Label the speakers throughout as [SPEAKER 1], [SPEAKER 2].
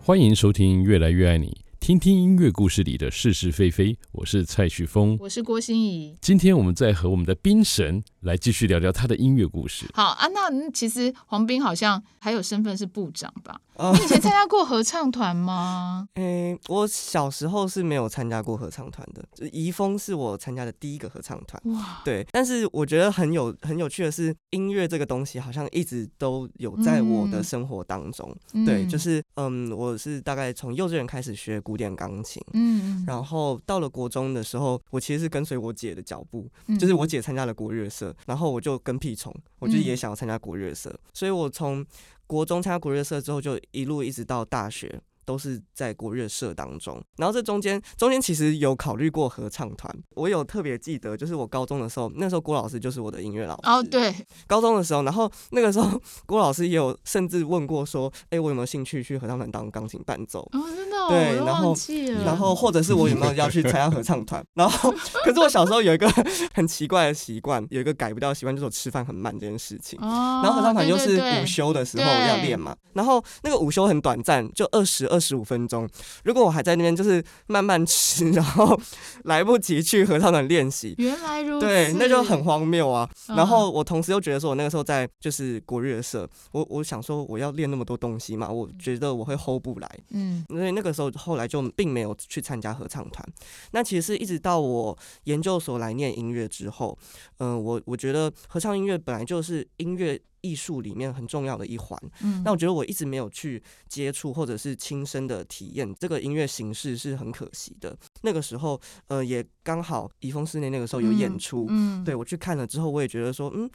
[SPEAKER 1] 欢迎收听《越来越爱你》，听听音乐故事里的是是非非。我是蔡旭峰，
[SPEAKER 2] 我是郭心怡。
[SPEAKER 1] 今天我们再和我们的冰神来继续聊聊他的音乐故事。
[SPEAKER 2] 好啊，那嗯其实黄斌好像还有身份是部长吧？
[SPEAKER 3] 啊
[SPEAKER 2] 你以前参加过合唱团吗？
[SPEAKER 3] 诶、我小时候是没有参加过合唱团的，就怡丰是我参加的第一个合唱团。
[SPEAKER 2] 哇，
[SPEAKER 3] 对，但是我觉得很有很有趣的是，音乐这个东西好像一直都有在我的
[SPEAKER 2] 嗯
[SPEAKER 3] 生活当中。 对，
[SPEAKER 2] 嗯
[SPEAKER 3] 就是嗯，我是大概从幼稚园开始学古典钢琴，
[SPEAKER 2] 嗯，
[SPEAKER 3] 然后到了国中的时候，我其实是跟随我姐的脚步，
[SPEAKER 2] 嗯
[SPEAKER 3] 就是我姐参加了国乐社，然后我就跟屁虫，我就
[SPEAKER 2] 嗯
[SPEAKER 3] 也想要参加国乐社，所以我从国中参加国乐社之后，就一路一直到大学。都是在国乐社当中，然后这中间中间其实有考虑过合唱团，我有特别记得，就是我高中的时候，那时候郭老师就是我的音乐老师。
[SPEAKER 2] 哦，对，
[SPEAKER 3] 高中的时候，然后那个时候郭老师也有甚至问过说，哎，我有没有兴趣去合唱团当钢琴伴奏？
[SPEAKER 2] 哦，真的哦，
[SPEAKER 3] 对
[SPEAKER 2] 我都
[SPEAKER 3] 然后
[SPEAKER 2] 忘记了。
[SPEAKER 3] 然后或者是我有没有要去参加合唱团？然后，可是我小时候有一个 很奇怪的习惯，有一个改不掉的习惯，就是我吃饭很慢这件事情。
[SPEAKER 2] 哦，
[SPEAKER 3] 然后合唱团
[SPEAKER 2] 对
[SPEAKER 3] 又
[SPEAKER 2] 对
[SPEAKER 3] 是
[SPEAKER 2] 对
[SPEAKER 3] 午休的时候要练嘛，然后那个午休很短暂，就二十二十五分钟。如果我还在那边就是慢慢吃，然后来不及去合唱团练习，
[SPEAKER 2] 原来如此，
[SPEAKER 3] 对，那就很荒谬啊。
[SPEAKER 2] 哦嗯。
[SPEAKER 3] 然后我同时又觉得说，我那个时候在就是国乐社，我我想说我要练那么多东西嘛，我觉得我会 hold 不来，
[SPEAKER 2] 嗯，
[SPEAKER 3] 所以那个时候后来就并没有去参加合唱团。那其实是一直到我研究所来念音乐之后，嗯、我我觉得合唱音乐本来就是音乐艺术里面很重要的一环。
[SPEAKER 2] 嗯
[SPEAKER 3] 那我觉得我一直没有去接触或者是亲身的体验这个音乐形式是很可惜的。那个时候，呃，也刚好怡丰室内那个时候有演出，
[SPEAKER 2] 嗯，
[SPEAKER 3] 对我去看了之后，我也觉得说，嗯，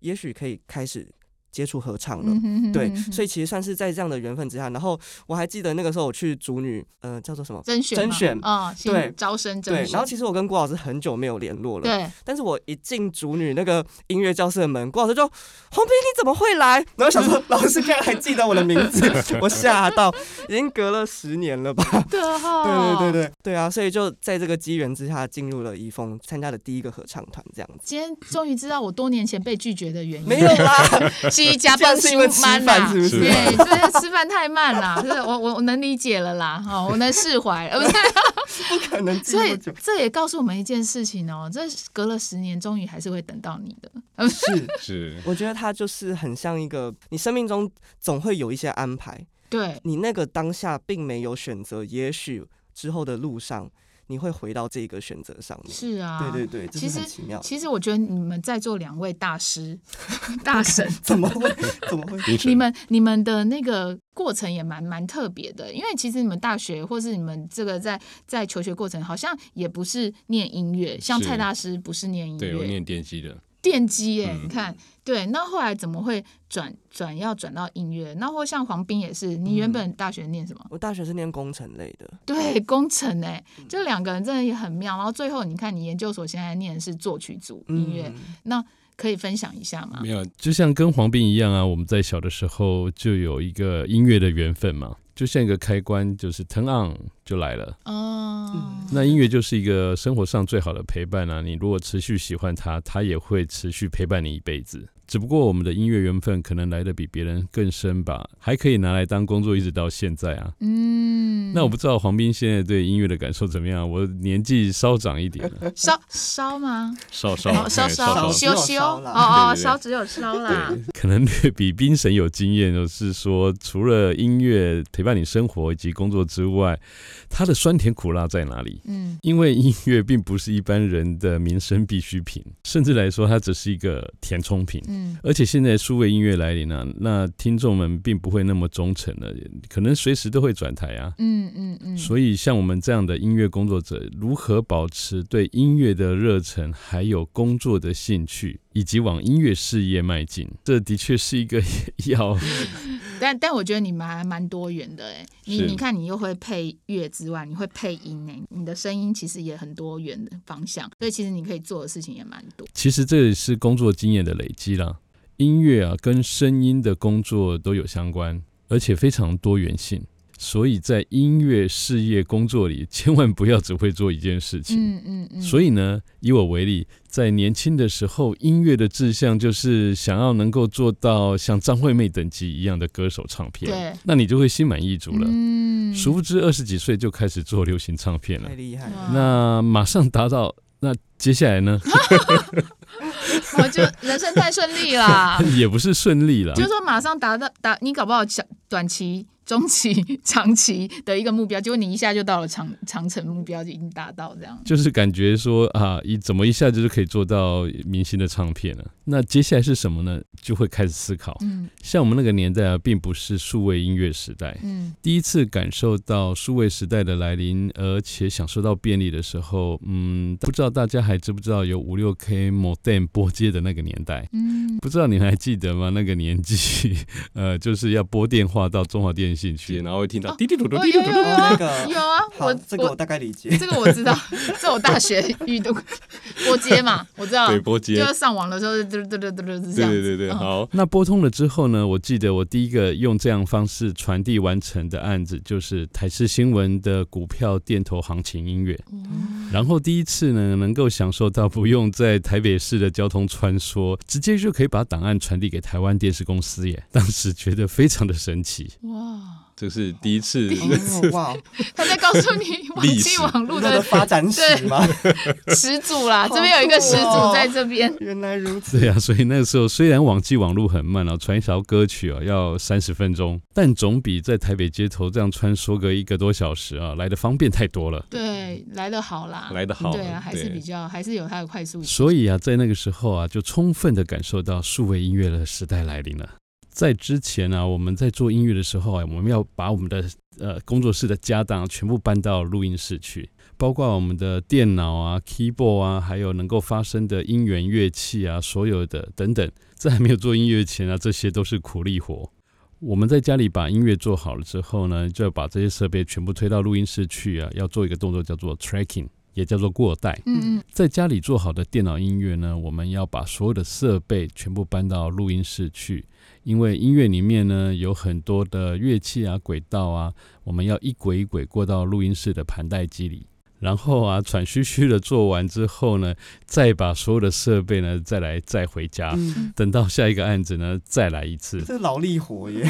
[SPEAKER 3] 也许可以开始接触合唱了。
[SPEAKER 2] 嗯哼哼
[SPEAKER 3] 对
[SPEAKER 2] 哼，哼
[SPEAKER 3] 所以其实算是在这样的缘分之下，然后我还记得那个时候我去竹女，呃，叫做什么？
[SPEAKER 2] 甄选
[SPEAKER 3] 甄
[SPEAKER 2] 嘛
[SPEAKER 3] 选
[SPEAKER 2] 啊，新
[SPEAKER 3] 对
[SPEAKER 2] 招生甄
[SPEAKER 3] 对，
[SPEAKER 2] 选，
[SPEAKER 3] 然后其实我跟郭老师很久没有联络了，
[SPEAKER 2] 对，
[SPEAKER 3] 但是我一进竹女那个音乐教室的门，郭老师就红斌你怎么会来？然后想 说老师居然还记得我的名字，我吓到，已经隔了十年了吧？
[SPEAKER 2] 对
[SPEAKER 3] 对
[SPEAKER 2] 哦，
[SPEAKER 3] 对对对对啊，所以就在这个机缘之下进入了怡丰，参加了第一个合唱团这样子，
[SPEAKER 2] 今天终于知道我多年前被拒绝的原因，
[SPEAKER 3] 没有啦，
[SPEAKER 2] 是一加班
[SPEAKER 3] 是
[SPEAKER 2] 舒
[SPEAKER 3] 因为吃
[SPEAKER 2] 慢
[SPEAKER 3] 饭
[SPEAKER 2] 啦，
[SPEAKER 3] 是不是
[SPEAKER 2] 对，这个吃饭太慢啦， 这我我我能理解了啦，哈、我能释怀了，呃不是
[SPEAKER 3] 可能记
[SPEAKER 2] 所
[SPEAKER 3] 不
[SPEAKER 2] 以
[SPEAKER 3] 久。
[SPEAKER 2] 这也告诉我们一件事情哦，这隔了十年，终于还是会等到你的，
[SPEAKER 3] 是，
[SPEAKER 1] 是
[SPEAKER 3] 我觉得它就是很像一个你生命中总会有一些安排，
[SPEAKER 2] 对，
[SPEAKER 3] 你那个当下并没有选择，也许之后的路上你会回到这个选择上面。
[SPEAKER 2] 是啊，
[SPEAKER 3] 对对对，这
[SPEAKER 2] 其
[SPEAKER 3] 是
[SPEAKER 2] 实
[SPEAKER 3] 很奇妙。
[SPEAKER 2] 其实我觉得你们在座两位大师大神，
[SPEAKER 3] 怎么会？怎么会？
[SPEAKER 1] 冰神，
[SPEAKER 2] 你们你们的那个过程也蛮蛮特别的，因为其实你们大学或是你们这个在在求学过程，好像也不是念音乐，像
[SPEAKER 1] 是
[SPEAKER 2] 蔡大师不是念音
[SPEAKER 1] 对我
[SPEAKER 2] 乐，
[SPEAKER 1] 念电机的，
[SPEAKER 2] 电机耶，
[SPEAKER 1] 嗯
[SPEAKER 2] 你看，对，那后来怎么会转转要转到音乐？那或像黄斌也是，你
[SPEAKER 1] 嗯
[SPEAKER 2] 原本大学念什么？
[SPEAKER 3] 我大学是念工程类的，
[SPEAKER 2] 对，工程哎，
[SPEAKER 1] 嗯
[SPEAKER 2] 这两个人真的也很妙。然后最后你看，你研究所现在念的是作曲组音乐，
[SPEAKER 3] 嗯
[SPEAKER 2] 那可以分享一下吗
[SPEAKER 1] 没？有，就像跟黄斌一样啊，我们在小的时候就有一个音乐的缘分嘛，就像一个开关，就是 turn on 就来了。
[SPEAKER 2] 哦，
[SPEAKER 1] 那音乐就是一个生活上最好的陪伴啊！你如果持续喜欢它，它也会持续陪伴你一辈子。只不过我们的音乐缘分可能来的比别人更深吧，还可以拿来当工作，一直到现在啊。
[SPEAKER 2] 嗯，
[SPEAKER 1] 那我不知道黄斌现在对音乐的感受怎么样？我年纪稍长一点了，
[SPEAKER 2] 烧烧吗？
[SPEAKER 1] 稍
[SPEAKER 2] 哦，
[SPEAKER 1] 稍
[SPEAKER 2] 烧烧
[SPEAKER 3] 烧
[SPEAKER 2] 修
[SPEAKER 3] 只
[SPEAKER 2] 修，
[SPEAKER 3] 有烧啦
[SPEAKER 2] 哦哦，
[SPEAKER 1] 对对对
[SPEAKER 2] 烧只有烧啦。
[SPEAKER 1] 可能略比冰神有经验，就是说，除了音乐陪伴你生活以及工作之外，它的酸甜苦辣在哪里？
[SPEAKER 2] 嗯
[SPEAKER 1] 因为音乐并不是一般人的民生必需品， 甚至来说，它只是一个填充品。
[SPEAKER 2] 嗯
[SPEAKER 1] 而且现在数位音乐来临啊，那听众们并不会那么忠诚了，可能随时都会转台啊。
[SPEAKER 2] 嗯嗯嗯，
[SPEAKER 1] 所以，像我们这样的音乐工作者，如何保持对音乐的热忱，还有工作的兴趣，以及往音乐事业迈进，这的确是一个 要
[SPEAKER 2] 但但我觉得你们还蛮多元的哎，你
[SPEAKER 1] 是
[SPEAKER 2] 你看你又会配乐之外，你会配音哎，你的声音其实也很多元的方向，所以其实你可以做的事情也蛮多。
[SPEAKER 1] 其实这也是工作经验的累积啦。音乐啊，跟声音的工作都有相关，而且非常多元性。所以在音乐事业工作里，千万不要只会做一件事情。
[SPEAKER 2] 嗯嗯嗯，
[SPEAKER 1] 所
[SPEAKER 2] 以
[SPEAKER 1] 以呢，以我为例，在年轻的时候，音乐的志向就是想要能够做到像张惠妹等级一样的歌手唱片。
[SPEAKER 2] 对，
[SPEAKER 1] 那你就会心满意足了。
[SPEAKER 2] 嗯，
[SPEAKER 1] 殊不知二十几岁就开始做流行唱片了
[SPEAKER 3] 太，厉害了，
[SPEAKER 2] 哇
[SPEAKER 1] 那马上达到。那接下来呢，
[SPEAKER 2] 我就人生太顺利啦。
[SPEAKER 1] 也不 是顺利了
[SPEAKER 2] 就。是说马上达到达，你搞不好小短期、中期、 长期的一个目标，结果你一下就到了长长程目标，就已经达到这样。
[SPEAKER 1] 就是感觉说啊，一怎么一下子就可以做到明星的唱片了？那接下来是什么呢？就会开始思考。
[SPEAKER 2] 嗯
[SPEAKER 1] 像我们那个年代啊，并不是数位音乐时代，
[SPEAKER 2] 嗯
[SPEAKER 1] 第一次感受到数位时代的来临，而且享受到便利的时候，嗯，不知道大家还知不知道有五六 K modem 拨接的那个年代？
[SPEAKER 2] 嗯，
[SPEAKER 1] 不知道你们还记得吗？那个年纪， 呃，就是要拨电话到中华电信去，然后会听到
[SPEAKER 2] 哦
[SPEAKER 1] 滴滴嘟嘟
[SPEAKER 2] 哦
[SPEAKER 1] 滴滴
[SPEAKER 2] 有
[SPEAKER 1] 嘟
[SPEAKER 2] 有
[SPEAKER 1] 嘟。
[SPEAKER 2] 有
[SPEAKER 3] 哦那
[SPEAKER 2] 啊
[SPEAKER 3] 个
[SPEAKER 2] 有啊，
[SPEAKER 3] 好，
[SPEAKER 2] 我
[SPEAKER 3] 这个我
[SPEAKER 2] 我
[SPEAKER 3] 大概理解。
[SPEAKER 2] 这个我知道，这我大学遇到过我接嘛，我知道
[SPEAKER 4] 对，波
[SPEAKER 2] 就
[SPEAKER 4] 接，
[SPEAKER 2] 是上网的时候，嘟嘟嘟嘟嘟嘟这
[SPEAKER 4] 对
[SPEAKER 2] 样
[SPEAKER 4] 对
[SPEAKER 2] 子。
[SPEAKER 4] 对对，
[SPEAKER 2] 嗯
[SPEAKER 4] 好，
[SPEAKER 1] 那拨通了之后呢，我记得我第一个用这样方式传递完成的案子，就是台视新闻的股票电头行情音乐。然后第一次呢，能够享受到不用在台北市的交通穿梭，直接就可以把档案传递给台湾电视公司耶！当时觉得非常的神奇。
[SPEAKER 2] 嗯哇，
[SPEAKER 4] 这是第一次，
[SPEAKER 3] 哦哇，
[SPEAKER 2] 他在告诉你网
[SPEAKER 4] 历
[SPEAKER 2] 际
[SPEAKER 4] 史
[SPEAKER 2] 网
[SPEAKER 3] 路
[SPEAKER 2] 络
[SPEAKER 3] 的
[SPEAKER 2] 的
[SPEAKER 3] 发展史吗？
[SPEAKER 2] 始祖啦，这边有一个始祖在这边。
[SPEAKER 3] 原来如此，
[SPEAKER 1] 对啊，所以那个时候虽然网际网路很慢啊，传一条歌曲啊要三十分钟，但总比在台北街头这样穿梭个一个多小时啊来的方便太多了。
[SPEAKER 2] 对，来的好啦，
[SPEAKER 4] 来得好
[SPEAKER 2] 对啊，还是
[SPEAKER 4] 对
[SPEAKER 2] 比较，还是有它的快速性。
[SPEAKER 1] 所以啊，在那个时候啊，就充分的感受到数位音乐的时代来临了。在之前啊，我们在做音乐的时候啊，我们要把我们的呃工作室的家当全部搬到录音室去，包括我们的电脑啊、keyboard 啊，还有能够发声的音源乐器啊，所有的等等，在还没有做音乐前啊，这些都是苦力活。我们在家里把音乐做好了之后呢，就要把这些设备全部推到录音室去啊，要做一个动作叫做 tracking，也叫做过带。
[SPEAKER 2] 嗯嗯
[SPEAKER 1] 在家里做好的电脑音乐呢，我们要把所有的设备全部搬到录音室去，因为音乐里面呢有很多的乐器啊、轨道啊，我们要一轨一轨过到录音室的盘带机里。然后啊，喘吁吁的做完之后呢，再把所有的设备呢再来再回家，
[SPEAKER 3] 嗯
[SPEAKER 1] 等到下一个案子呢再来一 次。
[SPEAKER 3] 这劳力活耶，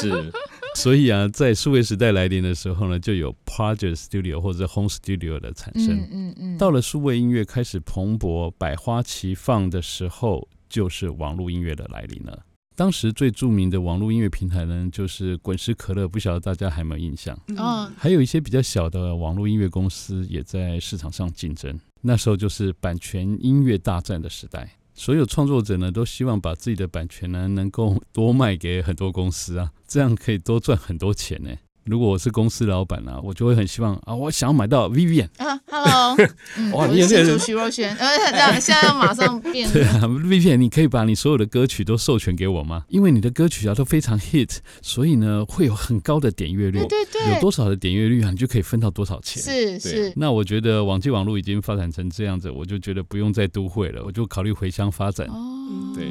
[SPEAKER 4] 是
[SPEAKER 1] 所以啊，在数位时代来临的时候呢，就有 Project Studio 或者是 Home Studio 的产生。
[SPEAKER 2] 嗯嗯嗯，
[SPEAKER 1] 到了数位音乐开始蓬勃、百花齐放的时候，就是网络音乐的来临了。当时最著名的网络音乐平台呢，就是滚石可乐，不晓得大家还有没有印象？
[SPEAKER 3] 嗯
[SPEAKER 2] 哦
[SPEAKER 1] 还有一些比较小的网络音乐公司也在市场上竞争。那时候就是版权音乐大战的时代，所有创作者呢都希望把自己的版权呢能够多卖给很多公司啊，这样可以多赚很多钱呢。如果我是公司老板啊，我就会很希望啊，我想要买到 Vivian。
[SPEAKER 2] 啊，Hello，嗯
[SPEAKER 4] 哇
[SPEAKER 2] 我
[SPEAKER 4] 你也
[SPEAKER 2] 是
[SPEAKER 4] 是
[SPEAKER 2] 新竹徐若瑄，呃，这样现在要马上变
[SPEAKER 1] 对啊，Vivian，你可以把你所有的歌曲都授权给我吗？因为你的歌曲啊都非常 hit，所以呢会有很高的点阅率
[SPEAKER 2] 对，对
[SPEAKER 1] 有多
[SPEAKER 2] 对，
[SPEAKER 1] 少的点阅率啊，你就可以分到多少钱。
[SPEAKER 2] 是是，
[SPEAKER 1] 那我觉得网际网络已经发展成这样子，我就觉得不用再都会了，我就考虑回乡发展。
[SPEAKER 2] 哦，
[SPEAKER 4] 对，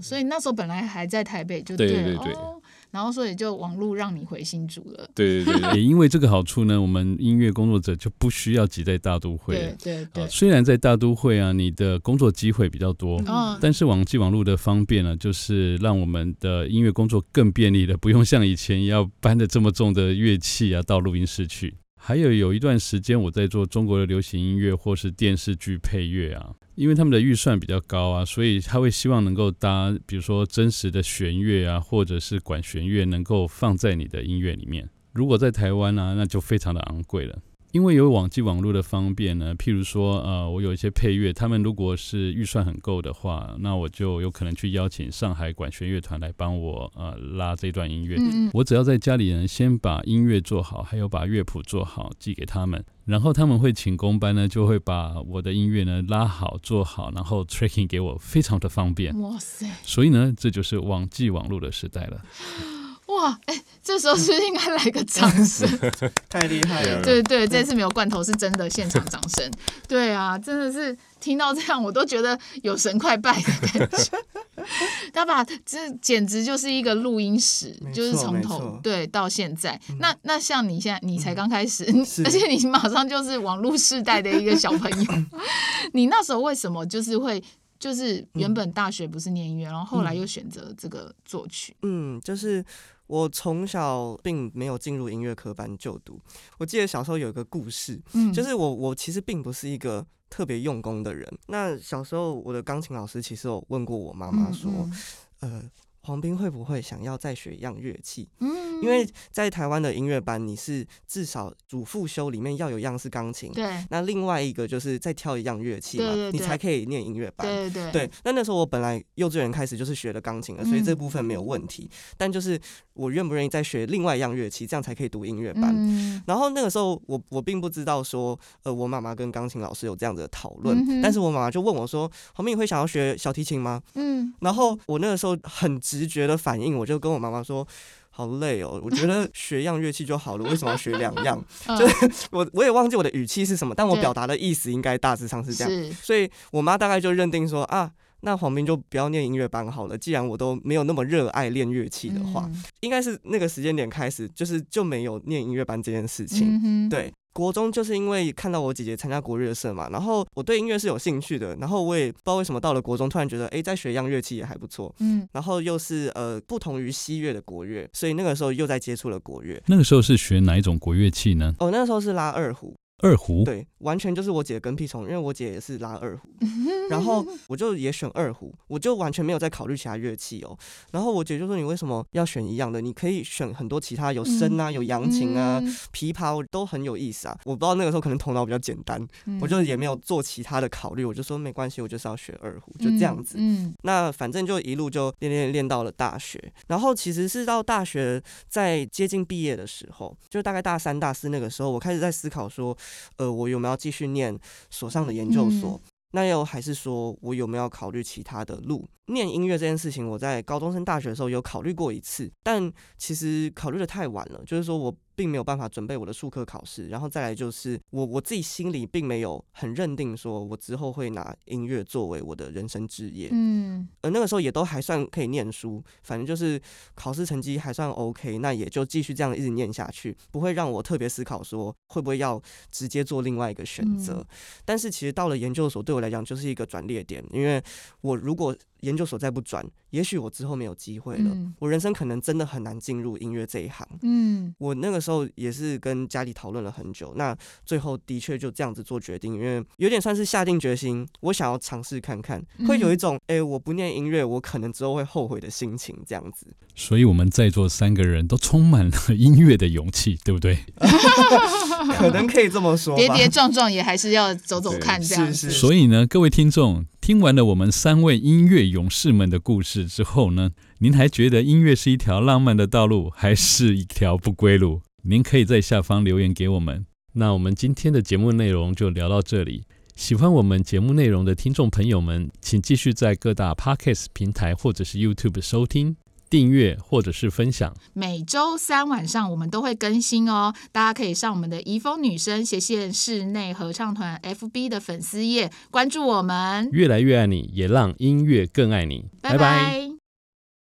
[SPEAKER 2] 所以那时候本来还在台北就
[SPEAKER 4] 对
[SPEAKER 2] 了，
[SPEAKER 4] 对对
[SPEAKER 2] 哦，然后所以就网路让你回新竹了，
[SPEAKER 4] 对对对
[SPEAKER 1] 也因为这个好处呢，我们音乐工作者就不需要挤在大都会了
[SPEAKER 2] 对。对
[SPEAKER 1] 啊，
[SPEAKER 2] 对，
[SPEAKER 1] 虽然在大都会啊，你的工作机会比较多，
[SPEAKER 2] 哦，
[SPEAKER 1] 但是网际网络的方便呢，就是让我们的音乐工作更便利了，不用像以前要搬着这么重的乐器啊到录音室去。还有有一段时间我在做中国的流行音乐或是电视剧配乐啊，因为他们的预算比较高啊，所以他会希望能够搭，比如说真实的弦乐啊，或者是管弦乐能够放在你的音乐里面。如果在台湾啊，那就非常的昂贵了。因为有网际网络的方便呢，譬如说，呃，我有一些配乐，他们如果是预算很够的话，那我就有可能去邀请上海管弦乐团来帮我呃拉这段音乐。
[SPEAKER 2] 嗯嗯
[SPEAKER 1] 我只要在家里呢，先把音乐做好，还有把乐谱做好，寄给他们，然后他们会请工班呢，就会把我的音乐呢拉好、做好，然后 tracking 给
[SPEAKER 2] 嗯
[SPEAKER 1] 我，非常的方便。
[SPEAKER 2] 哇塞，
[SPEAKER 1] 所以呢，这就是网际网络的时代了。
[SPEAKER 2] 哇，哇，哎、这时候是不是应该来个掌 声？
[SPEAKER 3] 太厉害了。
[SPEAKER 2] 对啊对，这次没有罐头是真的现场掌 声。对啊，真的是听到这样，我都觉得有神快拜的感觉。 他把这简直就是一个录音室
[SPEAKER 3] 没，
[SPEAKER 2] 就是
[SPEAKER 3] 错
[SPEAKER 2] 从
[SPEAKER 3] 没
[SPEAKER 2] 头
[SPEAKER 3] 错嗯
[SPEAKER 2] 对到现在。那那像你现在，你才刚开始，
[SPEAKER 3] 是
[SPEAKER 2] 而且你马上就是网络世代的一个小朋 友。你那时候为什么就是会？就是原本大学不是念音乐，然后后来又选择这个作曲，
[SPEAKER 3] 嗯，就是我从小并没有进入音乐科班就读。我记得小时候有一个故事，
[SPEAKER 2] 嗯，
[SPEAKER 3] 就是我我其实并不是一个特别用功的人。那小时候我的钢琴老师其实有问过我妈妈说，
[SPEAKER 2] 嗯
[SPEAKER 3] 呃，黄斌会不会想要再学一样乐器？
[SPEAKER 2] 嗯，嗯
[SPEAKER 3] 因为在台湾的音乐班，你是至少主副修里面要有一样是钢琴，
[SPEAKER 2] 对
[SPEAKER 3] 那另外一个就是再挑一样乐器嘛，
[SPEAKER 2] 对对
[SPEAKER 3] 你
[SPEAKER 2] 对
[SPEAKER 3] 才可以念音乐班。
[SPEAKER 2] 对对
[SPEAKER 3] 对，那那时候我本来幼稚园开始就是学了钢琴了，所以这
[SPEAKER 2] 嗯
[SPEAKER 3] 部分没有问题。但就是我愿不愿意再学另外一样乐器，这样才可以读音乐班。
[SPEAKER 2] 嗯
[SPEAKER 3] 然后那个时候我我并不知道说，呃，我妈妈跟钢琴老师有这样子的讨论，
[SPEAKER 2] 嗯哼
[SPEAKER 3] 但是我妈妈就问我说：“黄明，你会想要学小提琴吗
[SPEAKER 2] 嗯？”，
[SPEAKER 3] 然后我那个时候很直觉的反应，我就跟我妈妈说。好累哦，我觉得学一样乐器就好了，为什么要学两样？
[SPEAKER 2] 嗯
[SPEAKER 3] 我我也忘记我的语气是什么，但我
[SPEAKER 2] 对
[SPEAKER 3] 表达的意思应该大致上是这样。
[SPEAKER 2] 是
[SPEAKER 3] 所以我妈大概就认定说啊，那黄斌就不要念音乐班好了，既然我都没有那么热爱练乐器的话，
[SPEAKER 2] 嗯
[SPEAKER 3] 应该是那个时间点开始，就是就没有念音乐班这件事情。
[SPEAKER 2] 嗯哼，
[SPEAKER 3] 对，国中就是因为看到我姐姐参加国乐社嘛，然后我对音乐是有兴趣的，然后我也不知道为什么到了国中突然觉得，哎，在学一样乐器也还不错。
[SPEAKER 2] 嗯，
[SPEAKER 3] 然后又是呃不同于西乐的国乐，所以那个时候又在接触了国乐。
[SPEAKER 1] 那个时候是学哪一种国乐器呢？
[SPEAKER 3] 哦，那时候是拉二胡，
[SPEAKER 1] 二胡。
[SPEAKER 3] 对，完全就是我姐的跟屁虫，因为我姐也是拉二胡。
[SPEAKER 2] 嗯
[SPEAKER 3] 然后我就也选二胡，我就完全没有在考虑其他乐器哦。然后我姐就说：“你为什么要选一样的？你可以选很多其他，有笙啊，有扬琴啊，
[SPEAKER 2] 嗯，
[SPEAKER 3] 琵琶都很有意思啊。”我不知道那个时候可能头脑比较简单，
[SPEAKER 2] 嗯
[SPEAKER 3] 我就也没有做其他的考虑，我就说没关系，我就是要学二胡，就这样子。
[SPEAKER 2] 嗯，
[SPEAKER 3] 那反正就一路就练练练到了大学，然后其实是到大学在接近毕业的时候，就大概大三大四那个时候，我开始在思考说，呃，我有没有继续念所上的研究所？
[SPEAKER 2] 嗯
[SPEAKER 3] 那又还是说呃我有没有考虑其他的路？念音乐这件事情，我在高中升大学的时候有考虑过一次，但其实考虑的太晚了，就是说我并没有办法准备我的术科考试，然后再来就是我我自己心里并没有很认定说我之后会拿音乐作为我的人生职业，
[SPEAKER 2] 嗯
[SPEAKER 3] 呃，那个时候也都还算可以念书，反正就是考试成绩还算 OK，那也就继续这样一直念下去，不会让我特别思考说会不会要直接做另外一个选择。
[SPEAKER 2] 嗯
[SPEAKER 3] 但是其实到了研究所，对我来讲就是一个转捩点，因为我如果研究所再不转，也许我之后没有机会了，
[SPEAKER 2] 嗯
[SPEAKER 3] 我人生可能真的很难进入音乐这一行。
[SPEAKER 2] 嗯
[SPEAKER 3] 我那个时候也是跟家里讨论了很久，那最后的确就这样子做决定，因为有点算是下定决心，我想要尝试看看，会有一种诶，我不念音乐，我可能之后会后悔的心情，这样子。
[SPEAKER 1] 所以我们在座三个人都充满了音乐的勇气，对不对？
[SPEAKER 3] 可能可以这么说
[SPEAKER 2] 跌
[SPEAKER 3] 吧。
[SPEAKER 2] 跌撞撞也还是要走走看这样
[SPEAKER 3] 是
[SPEAKER 2] 子，
[SPEAKER 3] 是，
[SPEAKER 1] 所以呢，各位听众听完了我们三位音乐勇士们的故事之后呢，您还觉得音乐是一条浪漫的道路，还是一条不归路？您可以在下方留言给我们。那我们今天的节目内容就聊到这里。喜欢我们节目内容的听众朋友们，请继续在各大 podcast 平台或者是 YouTube 收听、订阅或者是分享。
[SPEAKER 2] 每周三晚上我们都会更新哦，大家可以上我们的怡丰女生斜线室内合唱团 FB 的粉丝页关注我们，
[SPEAKER 1] 越来越爱你，也让音乐更爱你。
[SPEAKER 2] 拜